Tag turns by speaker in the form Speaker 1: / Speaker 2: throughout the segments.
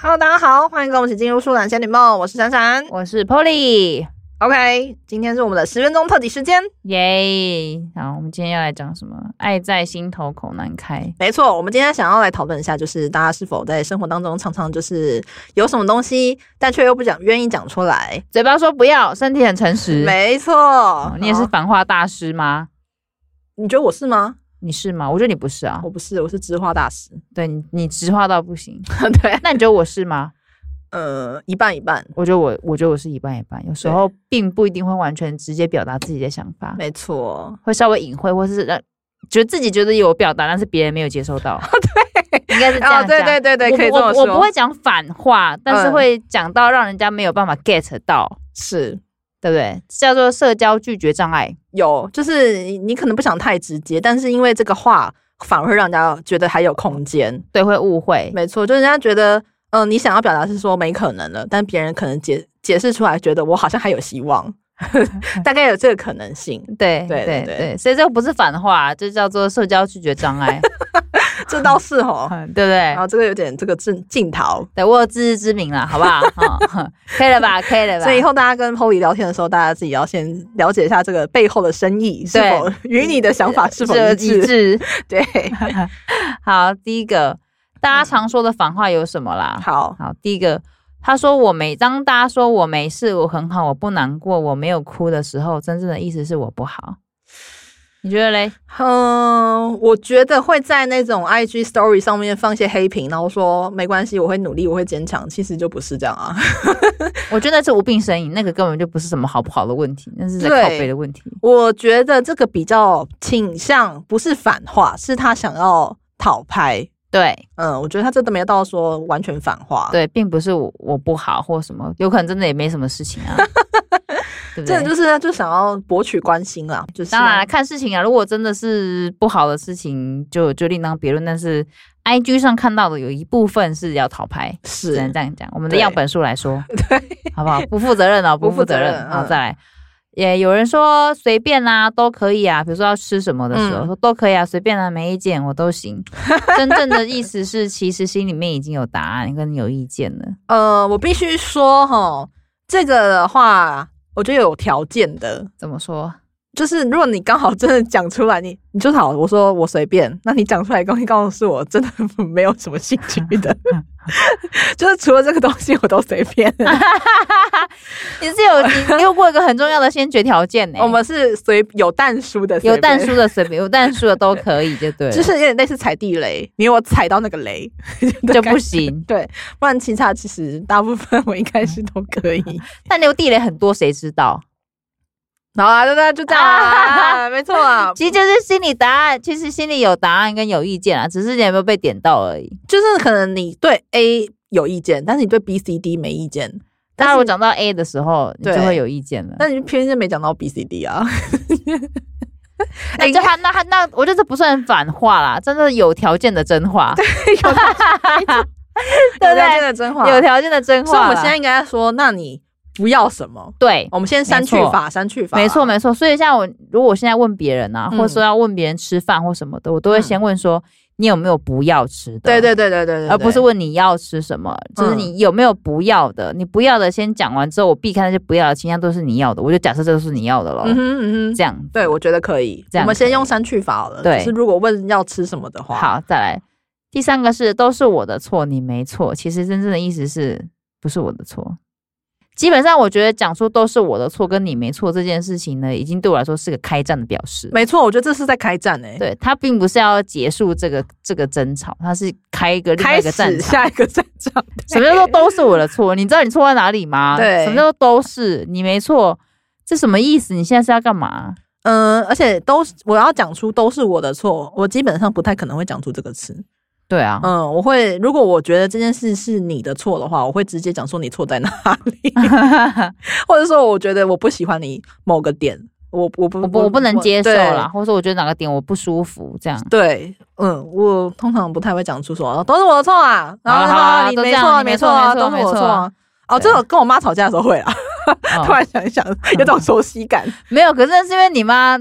Speaker 1: Hello，大家好，欢迎跟我们一起进入《舒展仙女梦》，我是闪闪。
Speaker 2: 我是 Polly，
Speaker 1: OK，今天是我们的十分钟特辑时间。
Speaker 2: 耶！好，我们今天要来讲什么？爱在心头口难开。
Speaker 1: 没错，我们今天想要来讨论一下，就是大家是否在生活当中常常就是有什么东西，但却又不讲愿意讲出来。
Speaker 2: 嘴巴说不要，身体很诚实。
Speaker 1: 没错、
Speaker 2: 哦你也是
Speaker 1: 好
Speaker 2: 反话大师吗？
Speaker 1: 你觉得我是吗？
Speaker 2: 你是吗？我觉得你不是啊
Speaker 1: 我。不是，我是知话大师。
Speaker 2: 对你，你直话到不行。
Speaker 1: 对，
Speaker 2: 那你觉得我是吗？
Speaker 1: 呃，一半一半，
Speaker 2: 我觉得我，我觉得我是一半一半。有时候并不一定会完全直接表达自己的想法，
Speaker 1: 没错。
Speaker 2: 会稍微隐晦，或是让觉得自己觉得有表达，但是别人没有接收到。对，应该是这样
Speaker 1: 哦，
Speaker 2: 讲。
Speaker 1: 对对对对，可以这
Speaker 2: 我
Speaker 1: 么
Speaker 2: 不我
Speaker 1: 说。
Speaker 2: 我不会讲反话，但是
Speaker 1: 嗯
Speaker 2: 会讲到让人家没有办法 get 到，
Speaker 1: 是
Speaker 2: 对不对？叫做社交拒绝障碍。
Speaker 1: 有，就是你你可能不想太直接，但是因为这个话反而会让人家觉得还有空间。
Speaker 2: 对，会误会，
Speaker 1: 没错，就是人家觉得，嗯、你想要表达是说没可能了，但别人可能解解释出来，觉得我好像还有希望， 大概有这个可能性。
Speaker 2: 对
Speaker 1: 对对
Speaker 2: 对
Speaker 1: 对
Speaker 2: 对，所以这个不是反话，啊这叫做社交拒绝 障碍，
Speaker 1: 这倒是 哦。
Speaker 2: 嗯对不对
Speaker 1: 然？后这个有点这个镜镜头，
Speaker 2: 对我有自知之明了，好 不好？嗯 可以了吧？可以了吧？
Speaker 1: 所以以后大家跟 Polly 聊天的时候，大家自己要先了解一下这个背后的深意是
Speaker 2: 对
Speaker 1: 否与你的想法是否一
Speaker 2: 一
Speaker 1: 致。
Speaker 2: 致？
Speaker 1: 对，
Speaker 2: 好，第一个，大家常说的反话有什么啦？
Speaker 1: 嗯好，
Speaker 2: 好，第一个，他说我没，当大家说我没事，我很好，我不难过，我没有哭的时候，真正的意思是我不好。你觉得嘞？
Speaker 1: 嗯，我觉得会在那种 IG Story 上面放一些黑屏，然后说没关系，我会努力，我会坚强。其实就不是这样啊。
Speaker 2: 我觉得这无病呻吟，那个根本就不是什么好不好的问题，那是在靠
Speaker 1: 对
Speaker 2: 背的问题。
Speaker 1: 我觉得这个比较倾向不是反话，是他想要讨拍。
Speaker 2: 对
Speaker 1: 嗯，我觉得他真的没有到说完全反话，，
Speaker 2: 对，并不是我我不好或什么，有可能真的也没什么事情 啊，对不
Speaker 1: 真的
Speaker 2: 对？
Speaker 1: 就是他就想要博取关心啦，就是
Speaker 2: 当然看事情啊，如果真的是不好的事情，就就另当别论。但是 I G 上看到的有一部分是要讨拍，
Speaker 1: 是
Speaker 2: 只能这样讲。我们的
Speaker 1: 对
Speaker 2: 样本数 来说，对，好不好？不负责任哦，
Speaker 1: 不
Speaker 2: 不
Speaker 1: 负
Speaker 2: 负
Speaker 1: 责
Speaker 2: 责
Speaker 1: 任
Speaker 2: 任。好，
Speaker 1: 嗯
Speaker 2: 再来。也有人说随便啦、都可以啊。比如说要吃什么的时候，
Speaker 1: 嗯
Speaker 2: 说都可以啊，随便啊，没意见，我都行。真正的意思是，其实心里面已经有答案跟有意见 了。
Speaker 1: 呃，我必须说哈，这个的话，我觉得有条件的，
Speaker 2: 怎么说？
Speaker 1: 就是如果你刚好真的讲出来，你你就好，我说我随便，那你讲出来东西告诉我，真的没有什么兴趣 的，就是除了这个东西我都随便。
Speaker 2: 你是有你你有过一个很重要的先决条件呢、
Speaker 1: 我们是随有蛋书的，
Speaker 2: 有
Speaker 1: 蛋
Speaker 2: 蛋叔的随便，有 蛋叔的都可以，就对了，
Speaker 1: 就是有点类似踩地雷，你我踩到那个雷 的
Speaker 2: 就
Speaker 1: 感
Speaker 2: 不
Speaker 1: 觉。
Speaker 2: 行。
Speaker 1: 对，不然其他其实大部分我应该是都可 以。
Speaker 2: 但留地雷很多，谁 知道？
Speaker 1: 好啊，就那就这样啊，没错啊，
Speaker 2: 其实就是心里答案，其实心里有答案跟有意见啊，只是你有没有被点到而已。
Speaker 1: 就是可能你对 A 有意见，但是你对 B、C、D 没意见，但
Speaker 2: 但
Speaker 1: 是
Speaker 2: 是我讲到 A 的时候，你
Speaker 1: 对
Speaker 2: 就会有意见了。哎
Speaker 1: 那你就偏偏没讲到 B、C、D 啊。哎
Speaker 2: 那就他那他那，我觉得这不算反话啦，真的有条件的真话，
Speaker 1: 有条
Speaker 2: 对
Speaker 1: 有条
Speaker 2: 不
Speaker 1: 件
Speaker 2: 对？
Speaker 1: 的真话，
Speaker 2: 有条件的真话
Speaker 1: 所以
Speaker 2: 啦。
Speaker 1: 我们现在应该说，那你不要什么？
Speaker 2: 对，
Speaker 1: 我们先删去
Speaker 2: 没错
Speaker 1: 法，删去法，
Speaker 2: 没错没错。所以像我，如果我现在问别人啊，
Speaker 1: 嗯
Speaker 2: 或者说要问别人吃饭或什么的，我都会先问说你有没有不要吃的。
Speaker 1: 对。对呃对对对对，对
Speaker 2: 而不是问你要吃什么，就是
Speaker 1: 嗯
Speaker 2: 你有没有不要的。你不要的先讲完之后，我避开那些不要的，其他都是你要的。我就假设这都是你要的咯。
Speaker 1: 嗯哼嗯哼，
Speaker 2: 这样子
Speaker 1: 对，我觉得可以。
Speaker 2: 这样
Speaker 1: 我们先
Speaker 2: 可以
Speaker 1: 用删去法好了。
Speaker 2: 对
Speaker 1: 就是如果问要吃什么的话，，
Speaker 2: 好，再来第三个是都是我的错，你没错。其实真正的意思是不是我的错？基本上，我觉得讲出都是我的错跟你没错这件事情呢，已经对我来说是个开战的表示。
Speaker 1: 没错，我觉得这是在开战欸诶、
Speaker 2: 对，它并不是要结束这个这个争吵，它是开一个另外
Speaker 1: 开
Speaker 2: 一个战
Speaker 1: 始
Speaker 2: 场。
Speaker 1: 下一个战 场。
Speaker 2: 什么叫做都是我的错？你知道你错在哪里吗？
Speaker 1: 对
Speaker 2: 什么叫做都是你没错？这什么意思？你现在是要干嘛？
Speaker 1: 嗯，而且都是我要讲出都是我的错，我基本上不太可能会讲出这个词。
Speaker 2: 对啊，
Speaker 1: 嗯，我会如果我觉得这件事是你的错的话，我会直接讲说你错在哪里，
Speaker 2: 嗯
Speaker 1: 或者说我觉得我不喜欢你某个点，我我不
Speaker 2: 我不我不能接受。啦，
Speaker 1: 我
Speaker 2: 或者说我觉得哪个点我不舒服，这样。
Speaker 1: 对对，嗯，我通常不太会讲出说都是我的错啊，然后
Speaker 2: 好啦好啦
Speaker 1: 你
Speaker 2: 都
Speaker 1: 没
Speaker 2: 这样
Speaker 1: 错啊
Speaker 2: 你
Speaker 1: 没
Speaker 2: 没
Speaker 1: 错
Speaker 2: 错
Speaker 1: 啊，
Speaker 2: 没
Speaker 1: 都是我
Speaker 2: 错
Speaker 1: 的
Speaker 2: 没
Speaker 1: 错
Speaker 2: 错
Speaker 1: 啊。哦，
Speaker 2: 对
Speaker 1: 这种跟我妈吵架的时候会啦，啊
Speaker 2: 哦
Speaker 1: 嗯突然想一想，有种熟悉感。
Speaker 2: 没有，可是那是因为你妈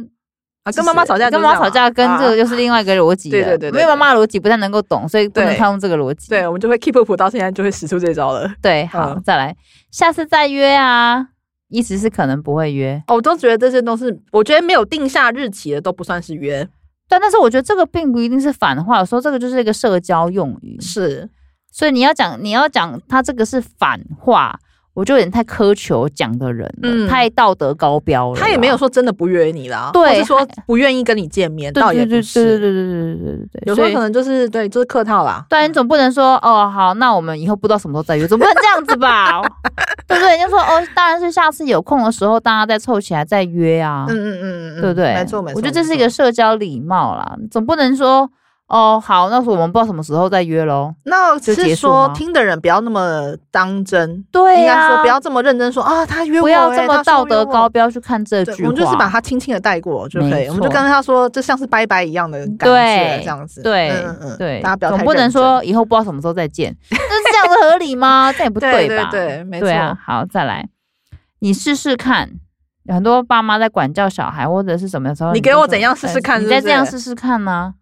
Speaker 1: 啊，跟妈妈吵架就是这
Speaker 2: 跟
Speaker 1: 样嘛，
Speaker 2: 妈妈吵架跟这个
Speaker 1: 啊
Speaker 2: 又是另外一个逻辑了、
Speaker 1: 对对对对
Speaker 2: 因为妈妈的逻辑不太能够懂，所以不能
Speaker 1: 对
Speaker 2: 套用这个逻辑。
Speaker 1: 对，我们就会 keep up 到现在就会使出这招了。
Speaker 2: 对好、
Speaker 1: 嗯
Speaker 2: 再来，下次再约啊，意思是可能不会约。
Speaker 1: 哦我都觉得这些都是，我觉得没有定下日期的都不算是约，
Speaker 2: 但但是我觉得这个并不一定是反话，有时候这个就是一个社交用语，
Speaker 1: 是
Speaker 2: 所以你要讲你要讲他这个是反话，我就有点太苛求讲的人了，
Speaker 1: 嗯
Speaker 2: 太道德高标了啦。
Speaker 1: 他也没有说真的不约你啦，
Speaker 2: 对
Speaker 1: 或是说不愿意跟你见面，
Speaker 2: 对
Speaker 1: 倒也
Speaker 2: 对
Speaker 1: 不
Speaker 2: 对对对对
Speaker 1: 是，
Speaker 2: 对对对对，
Speaker 1: 有时候
Speaker 2: 所以
Speaker 1: 可能就是对，就是客套啦。
Speaker 2: 对啊，你总不能说哦好，那我们以后不知道什么时候再约，总不能这样子 吧？对不对？你就说哦，当然是下次有空的时候，大家再凑起来再约啊，
Speaker 1: 嗯嗯嗯嗯，
Speaker 2: 对不对？
Speaker 1: 没错没错，
Speaker 2: 我觉得这是一
Speaker 1: 没
Speaker 2: 个
Speaker 1: 错。
Speaker 2: 社交礼貌啦，总不能说哦好，那我们不知道什么时候再约喽。
Speaker 1: 那
Speaker 2: 就结
Speaker 1: 是
Speaker 2: 束
Speaker 1: 说
Speaker 2: 吗
Speaker 1: 听的人不要那么当真，
Speaker 2: 对
Speaker 1: 应
Speaker 2: 呀、
Speaker 1: 该说不要这么认真说啊，他约我、欸，
Speaker 2: 不要这么
Speaker 1: 他说
Speaker 2: 道
Speaker 1: 约
Speaker 2: 德
Speaker 1: 我
Speaker 2: 高标去看这
Speaker 1: 对，
Speaker 2: 句
Speaker 1: 我
Speaker 2: 话，
Speaker 1: 们就是把它轻轻的带过就可
Speaker 2: 没
Speaker 1: 以，我们就
Speaker 2: 错
Speaker 1: 跟他说，就像是拜拜一样的感
Speaker 2: 对
Speaker 1: 觉，这样子。
Speaker 2: 对、
Speaker 1: 嗯嗯嗯，
Speaker 2: 对，
Speaker 1: 大家不要
Speaker 2: 总
Speaker 1: 太
Speaker 2: 不能
Speaker 1: 认真
Speaker 2: 说以后不知道什么时候 再见，那这样子合理吗？这样也不
Speaker 1: 对
Speaker 2: 吧？
Speaker 1: 对对没
Speaker 2: 对啊。好，再来，你试试看。有很多爸妈在管教小孩或者是什么时候，
Speaker 1: 你
Speaker 2: 就
Speaker 1: 给我
Speaker 2: 说
Speaker 1: 怎样试试看
Speaker 2: 你
Speaker 1: 是
Speaker 2: 再
Speaker 1: 不
Speaker 2: 这样
Speaker 1: 是
Speaker 2: 试试看呢、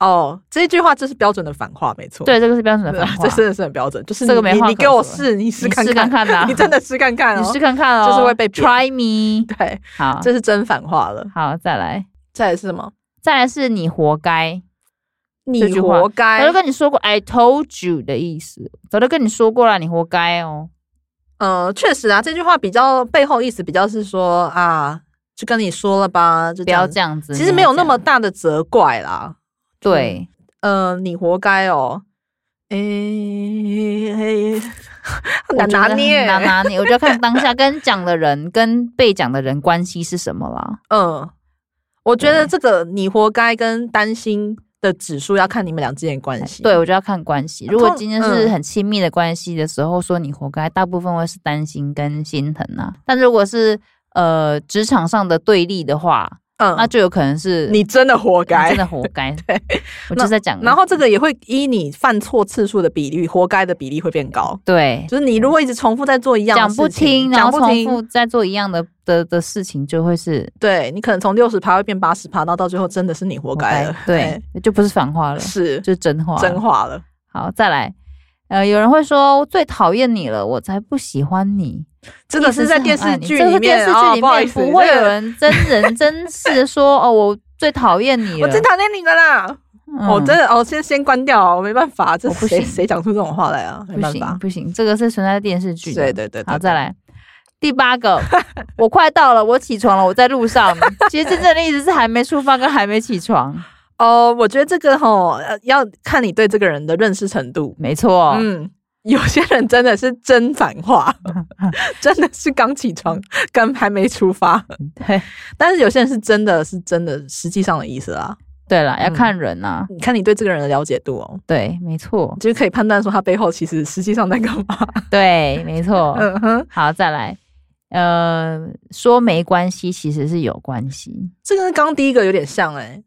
Speaker 1: 哦，这句话就是标准的反话，没错。
Speaker 2: 对，这个是标准的
Speaker 1: 对
Speaker 2: 反
Speaker 1: 啊，
Speaker 2: 话，
Speaker 1: 这真的是很标准，就是
Speaker 2: 这个
Speaker 1: 你
Speaker 2: 没
Speaker 1: 你
Speaker 2: 话
Speaker 1: 你
Speaker 2: 可
Speaker 1: 给我
Speaker 2: 说
Speaker 1: 试，你试
Speaker 2: 你
Speaker 1: 看
Speaker 2: 试看
Speaker 1: 看，啊
Speaker 2: 看呐、
Speaker 1: 你真的试看看
Speaker 2: 你
Speaker 1: 哦
Speaker 2: 试。看看哦，
Speaker 1: 就是会被贬
Speaker 2: try me。
Speaker 1: 对，
Speaker 2: 好，
Speaker 1: 这是真反话了。
Speaker 2: 好，再来，
Speaker 1: 再来是什么？
Speaker 2: 再来是你活该。这
Speaker 1: 你
Speaker 2: 句话
Speaker 1: 活
Speaker 2: 早
Speaker 1: 该
Speaker 2: 就。跟你说过 “I told you” 的意思，早就跟你说过了，你活该哦。
Speaker 1: 呃，确实啊，这句话比较背后意思比较是说啊，就跟你说了吧，就
Speaker 2: 不要
Speaker 1: 这
Speaker 2: 这样子。
Speaker 1: 样。其实
Speaker 2: 你
Speaker 1: 没
Speaker 2: 要
Speaker 1: 有那
Speaker 2: 这
Speaker 1: 么
Speaker 2: 样
Speaker 1: 大的责怪啦，
Speaker 2: 对，
Speaker 1: 呃，你活该哦。诶、 嘿很难
Speaker 2: 我觉得
Speaker 1: 拿捏
Speaker 2: 很。难嗯啊 拿捏。我就要看当下跟讲的人跟被讲的人关系是什么啦。
Speaker 1: 嗯，我觉得
Speaker 2: 对
Speaker 1: 这个你活该跟担心的指数要看你们俩之间的关系。
Speaker 2: 对，我就要看关系。如果
Speaker 1: 通
Speaker 2: 今天是
Speaker 1: 嗯
Speaker 2: 很亲密的关系的时候，说你活该，大部分会是担心跟心疼啊。但如果是呃职场上的对立的话，
Speaker 1: 嗯，
Speaker 2: 那就有可能是
Speaker 1: 你真的活
Speaker 2: 你
Speaker 1: 该
Speaker 2: 啊真。的活该。 对，我就在讲，
Speaker 1: 然后这个也会依你犯错次数的比例，活该的比例会变高。
Speaker 2: 对。
Speaker 1: 就是你如果一直重复在做一样的
Speaker 2: 讲
Speaker 1: 事
Speaker 2: 不
Speaker 1: 情
Speaker 2: 听，然
Speaker 1: 讲
Speaker 2: 后
Speaker 1: 不
Speaker 2: 重
Speaker 1: 听
Speaker 2: 复，再做一样的的的事情，就会是
Speaker 1: 对你可能从六十趴会变八十趴，到到最后真的是你活
Speaker 2: 活
Speaker 1: 该了。
Speaker 2: 对，就不是反话了
Speaker 1: 嘿，，是
Speaker 2: 就是真话。
Speaker 1: 真。话了。
Speaker 2: 好，再来。呃，有人会说我最讨厌你了，我才不喜欢你。
Speaker 1: 这个
Speaker 2: 意思
Speaker 1: 是在
Speaker 2: 很
Speaker 1: 电视
Speaker 2: 爱你
Speaker 1: 剧
Speaker 2: 这
Speaker 1: 里
Speaker 2: 是电
Speaker 1: 面，
Speaker 2: 视剧
Speaker 1: 哦
Speaker 2: 里
Speaker 1: 不好
Speaker 2: 面
Speaker 1: 意思
Speaker 2: 不会
Speaker 1: 这个
Speaker 2: 有人 真人真事地说哦，我最讨厌你
Speaker 1: 我
Speaker 2: 了。
Speaker 1: 最讨厌你的啦！
Speaker 2: 嗯
Speaker 1: 哦，真的哦，先先关掉啊，我没办法，这
Speaker 2: 我不
Speaker 1: 谁
Speaker 2: 行
Speaker 1: 谁讲出这种话来啊？没
Speaker 2: 不
Speaker 1: 办
Speaker 2: 行
Speaker 1: 法，
Speaker 2: 不行，这个是存在电视剧
Speaker 1: 对对
Speaker 2: 的。
Speaker 1: 对对，
Speaker 2: 好，再来第 八个，我快到了，我起床了，我在路上。其实真正的意思是还没出发跟还没起床，
Speaker 1: 哦。我觉得这个哈，呃要看你对这个人的认识程度。
Speaker 2: 没错。
Speaker 1: 嗯，有些人真的是真反 话，
Speaker 2: 嗯
Speaker 1: 真的是刚起床跟还没出发，
Speaker 2: 对
Speaker 1: 但是有些人是真的是真的实际上的意思啊。
Speaker 2: 对了，要
Speaker 1: 嗯
Speaker 2: 看人呐、
Speaker 1: 你看你对这个人的了解度哦，
Speaker 2: 对，没错
Speaker 1: 你，就可以判断说他背后其实实际上在干嘛。
Speaker 2: 对，没错。
Speaker 1: 嗯哼，
Speaker 2: 好，再来，呃，说没关系，其实是有关系。
Speaker 1: 这跟刚第一个有点像哎、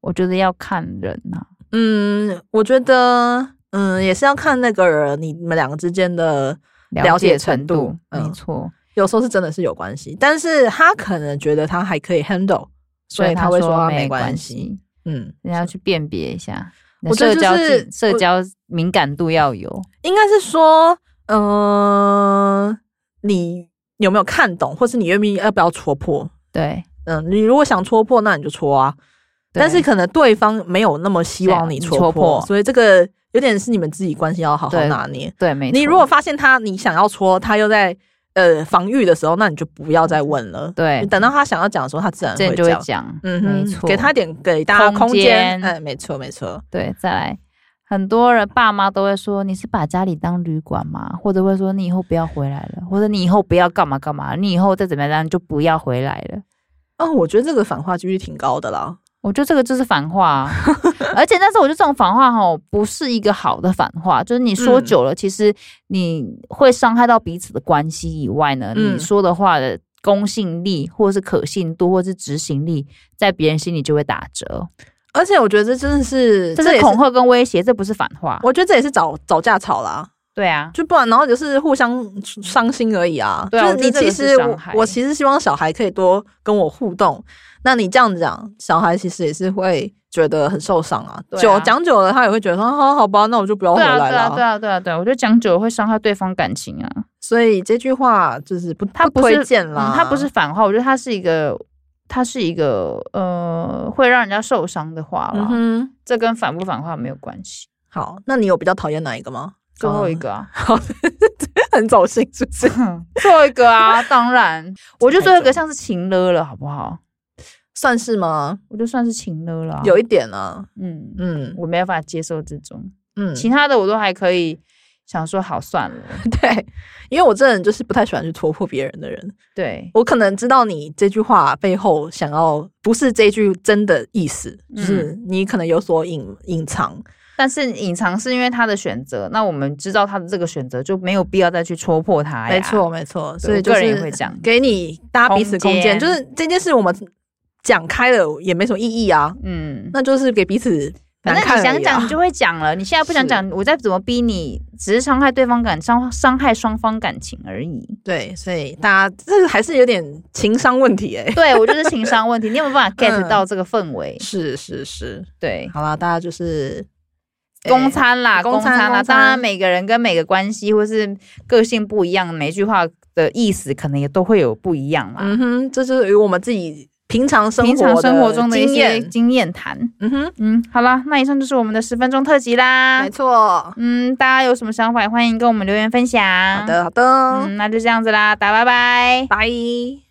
Speaker 2: 我觉得要看人啊呐、
Speaker 1: 嗯，我觉得，嗯，也是要看那个人你们两个之间的，了解程度嗯
Speaker 2: 没错。
Speaker 1: 有时候是真的是有关系，但是他可能觉得他还可以 handle，所以
Speaker 2: 他
Speaker 1: 会
Speaker 2: 说
Speaker 1: 说
Speaker 2: 没
Speaker 1: 关系。
Speaker 2: 系，
Speaker 1: 嗯，
Speaker 2: 你要去辨别一下。你的
Speaker 1: 我觉得
Speaker 2: 社交
Speaker 1: 就是
Speaker 2: 技社
Speaker 1: 我
Speaker 2: 交敏感度要有，
Speaker 1: 应该是说，嗯，你有没有看懂，或是你愿不愿意要不要戳破？
Speaker 2: 对。
Speaker 1: 嗯，你如果想戳破，那你就戳啊。但
Speaker 2: 对
Speaker 1: 是可能对方没有那么希望你
Speaker 2: 对
Speaker 1: 戳
Speaker 2: 戳破
Speaker 1: 所以这个有点是你们自己关系要好好
Speaker 2: 对
Speaker 1: 拿捏。
Speaker 2: 对，没错。
Speaker 1: 你如果发现他你想要戳，他又在呃防御的时候，那你就不要再问了。
Speaker 2: 嗯对
Speaker 1: 你等到他想要讲的时候，他自然
Speaker 2: 这
Speaker 1: 会
Speaker 2: 你就会
Speaker 1: 讲。
Speaker 2: 讲，
Speaker 1: 嗯哼，
Speaker 2: 没错，
Speaker 1: 给他一点给大家空
Speaker 2: 空
Speaker 1: 间。
Speaker 2: 间
Speaker 1: 哎，没错没错，
Speaker 2: 对，再来。很多人爸妈都会说你是把家里当旅馆吗？或者会说你以后不要回来了，或者你以后不要干嘛干嘛，你以后再怎么样怎么样就不要回来了。
Speaker 1: 哦，我觉得这个反话几率挺高的啦。
Speaker 2: 我觉得这个就是反话 啊、而且但是我觉得这种反话吼不是一个好的反话，就是你说
Speaker 1: 嗯
Speaker 2: 久了，其实你会伤害到彼此的关系以外呢，你
Speaker 1: 嗯
Speaker 2: 说的话的公信力或者是可信度或者是执行力，在别人心里就会打折。
Speaker 1: 而且我觉得这真的是，
Speaker 2: 这
Speaker 1: 也
Speaker 2: 是恐吓跟威胁，这不是反话。
Speaker 1: 我觉得这也是找找架吵啦。
Speaker 2: 对啊，
Speaker 1: 就不然，然后就是互相伤心而已啊。
Speaker 2: 对啊
Speaker 1: 就是你
Speaker 2: 我觉得这
Speaker 1: 其
Speaker 2: 个
Speaker 1: 实
Speaker 2: 是伤害
Speaker 1: 我其实希望小孩可以多跟我互动。那你这样讲，小孩其实也是会觉得很受伤啊。
Speaker 2: 对啊
Speaker 1: 久讲久了，他也会觉得说，好好吧，那我就不要回
Speaker 2: 对
Speaker 1: 来
Speaker 2: 啊，
Speaker 1: 了
Speaker 2: 对
Speaker 1: 啊。
Speaker 2: 啊，对啊，对啊，对啊，我觉得讲久了会伤害对方感情啊。
Speaker 1: 所以这句话就是不，
Speaker 2: 他
Speaker 1: 不
Speaker 2: 不是
Speaker 1: 推荐啦
Speaker 2: 嗯，，他不是反话，我觉得他是一个，他是一个呃，会让人家受伤的话
Speaker 1: 嗯
Speaker 2: 啦。
Speaker 1: 哼。
Speaker 2: 这跟反不反话没有关系。
Speaker 1: 好，那你有比较讨厌哪一个 吗？
Speaker 2: 最后
Speaker 1: 哦
Speaker 2: 一个啊，
Speaker 1: 很走心，是不是？
Speaker 2: 最后一个 啊，当然，我觉得最后一
Speaker 1: 太
Speaker 2: 个
Speaker 1: 重
Speaker 2: 像是情勒了，好不好？
Speaker 1: 算是吗？
Speaker 2: 我就算是情勒了啊、
Speaker 1: 有一点啊，
Speaker 2: 嗯，
Speaker 1: 嗯
Speaker 2: 我没办法接受这种，
Speaker 1: 嗯，
Speaker 2: 其他的我都还可以想说好算了。
Speaker 1: 对，因为我这人就是不太喜欢去戳破别人的人，
Speaker 2: 对，
Speaker 1: 我可能知道你这句话背后想要不是这句真的意思，
Speaker 2: 嗯
Speaker 1: 就是你可能有所隐隐藏。
Speaker 2: 但是隐藏是因为他的选择，那我们知道他的这个选择就没有必要再去戳破他哎呀。
Speaker 1: 没错，没错，所以
Speaker 2: 我
Speaker 1: 就
Speaker 2: 个人也
Speaker 1: 是
Speaker 2: 会这样
Speaker 1: 给你大家彼此空间，
Speaker 2: 空间
Speaker 1: 就是这件事我们讲开了也没什么意义啊，
Speaker 2: 嗯，
Speaker 1: 那就是给彼此难
Speaker 2: 反正
Speaker 1: 看
Speaker 2: 你
Speaker 1: 而
Speaker 2: 想
Speaker 1: 已啊
Speaker 2: 讲你就会讲了，你现在不想讲，我再怎么逼你，只是伤害对方感伤伤害双方感情而已。
Speaker 1: 对，所以大家这还是有点情商问题 哎、
Speaker 2: 对我就是情商问题，你有没有办法 get
Speaker 1: 嗯
Speaker 2: 到这个氛围？
Speaker 1: 是是是，
Speaker 2: 对，
Speaker 1: 好啦，大家就是
Speaker 2: 公餐啦，
Speaker 1: 公
Speaker 2: 公
Speaker 1: 餐
Speaker 2: 餐啦，
Speaker 1: 公餐
Speaker 2: 当然每个人跟每个关系或是个性不一样，每句话的意思可能也都会有不一样啦。
Speaker 1: 嗯哼，这就是与我们自己平常生活
Speaker 2: 平常生活中的一
Speaker 1: 经
Speaker 2: 些
Speaker 1: 验。
Speaker 2: 经验谈。
Speaker 1: 嗯哼，
Speaker 2: 嗯，好啦，那以上就是我们的十分钟特辑啦
Speaker 1: 没。错。
Speaker 2: 嗯，大家有什么想法，欢迎跟我们留言分享。嗯
Speaker 1: 好，的，好的，
Speaker 2: 嗯，那就这样子啦，大家拜拜。
Speaker 1: 拜。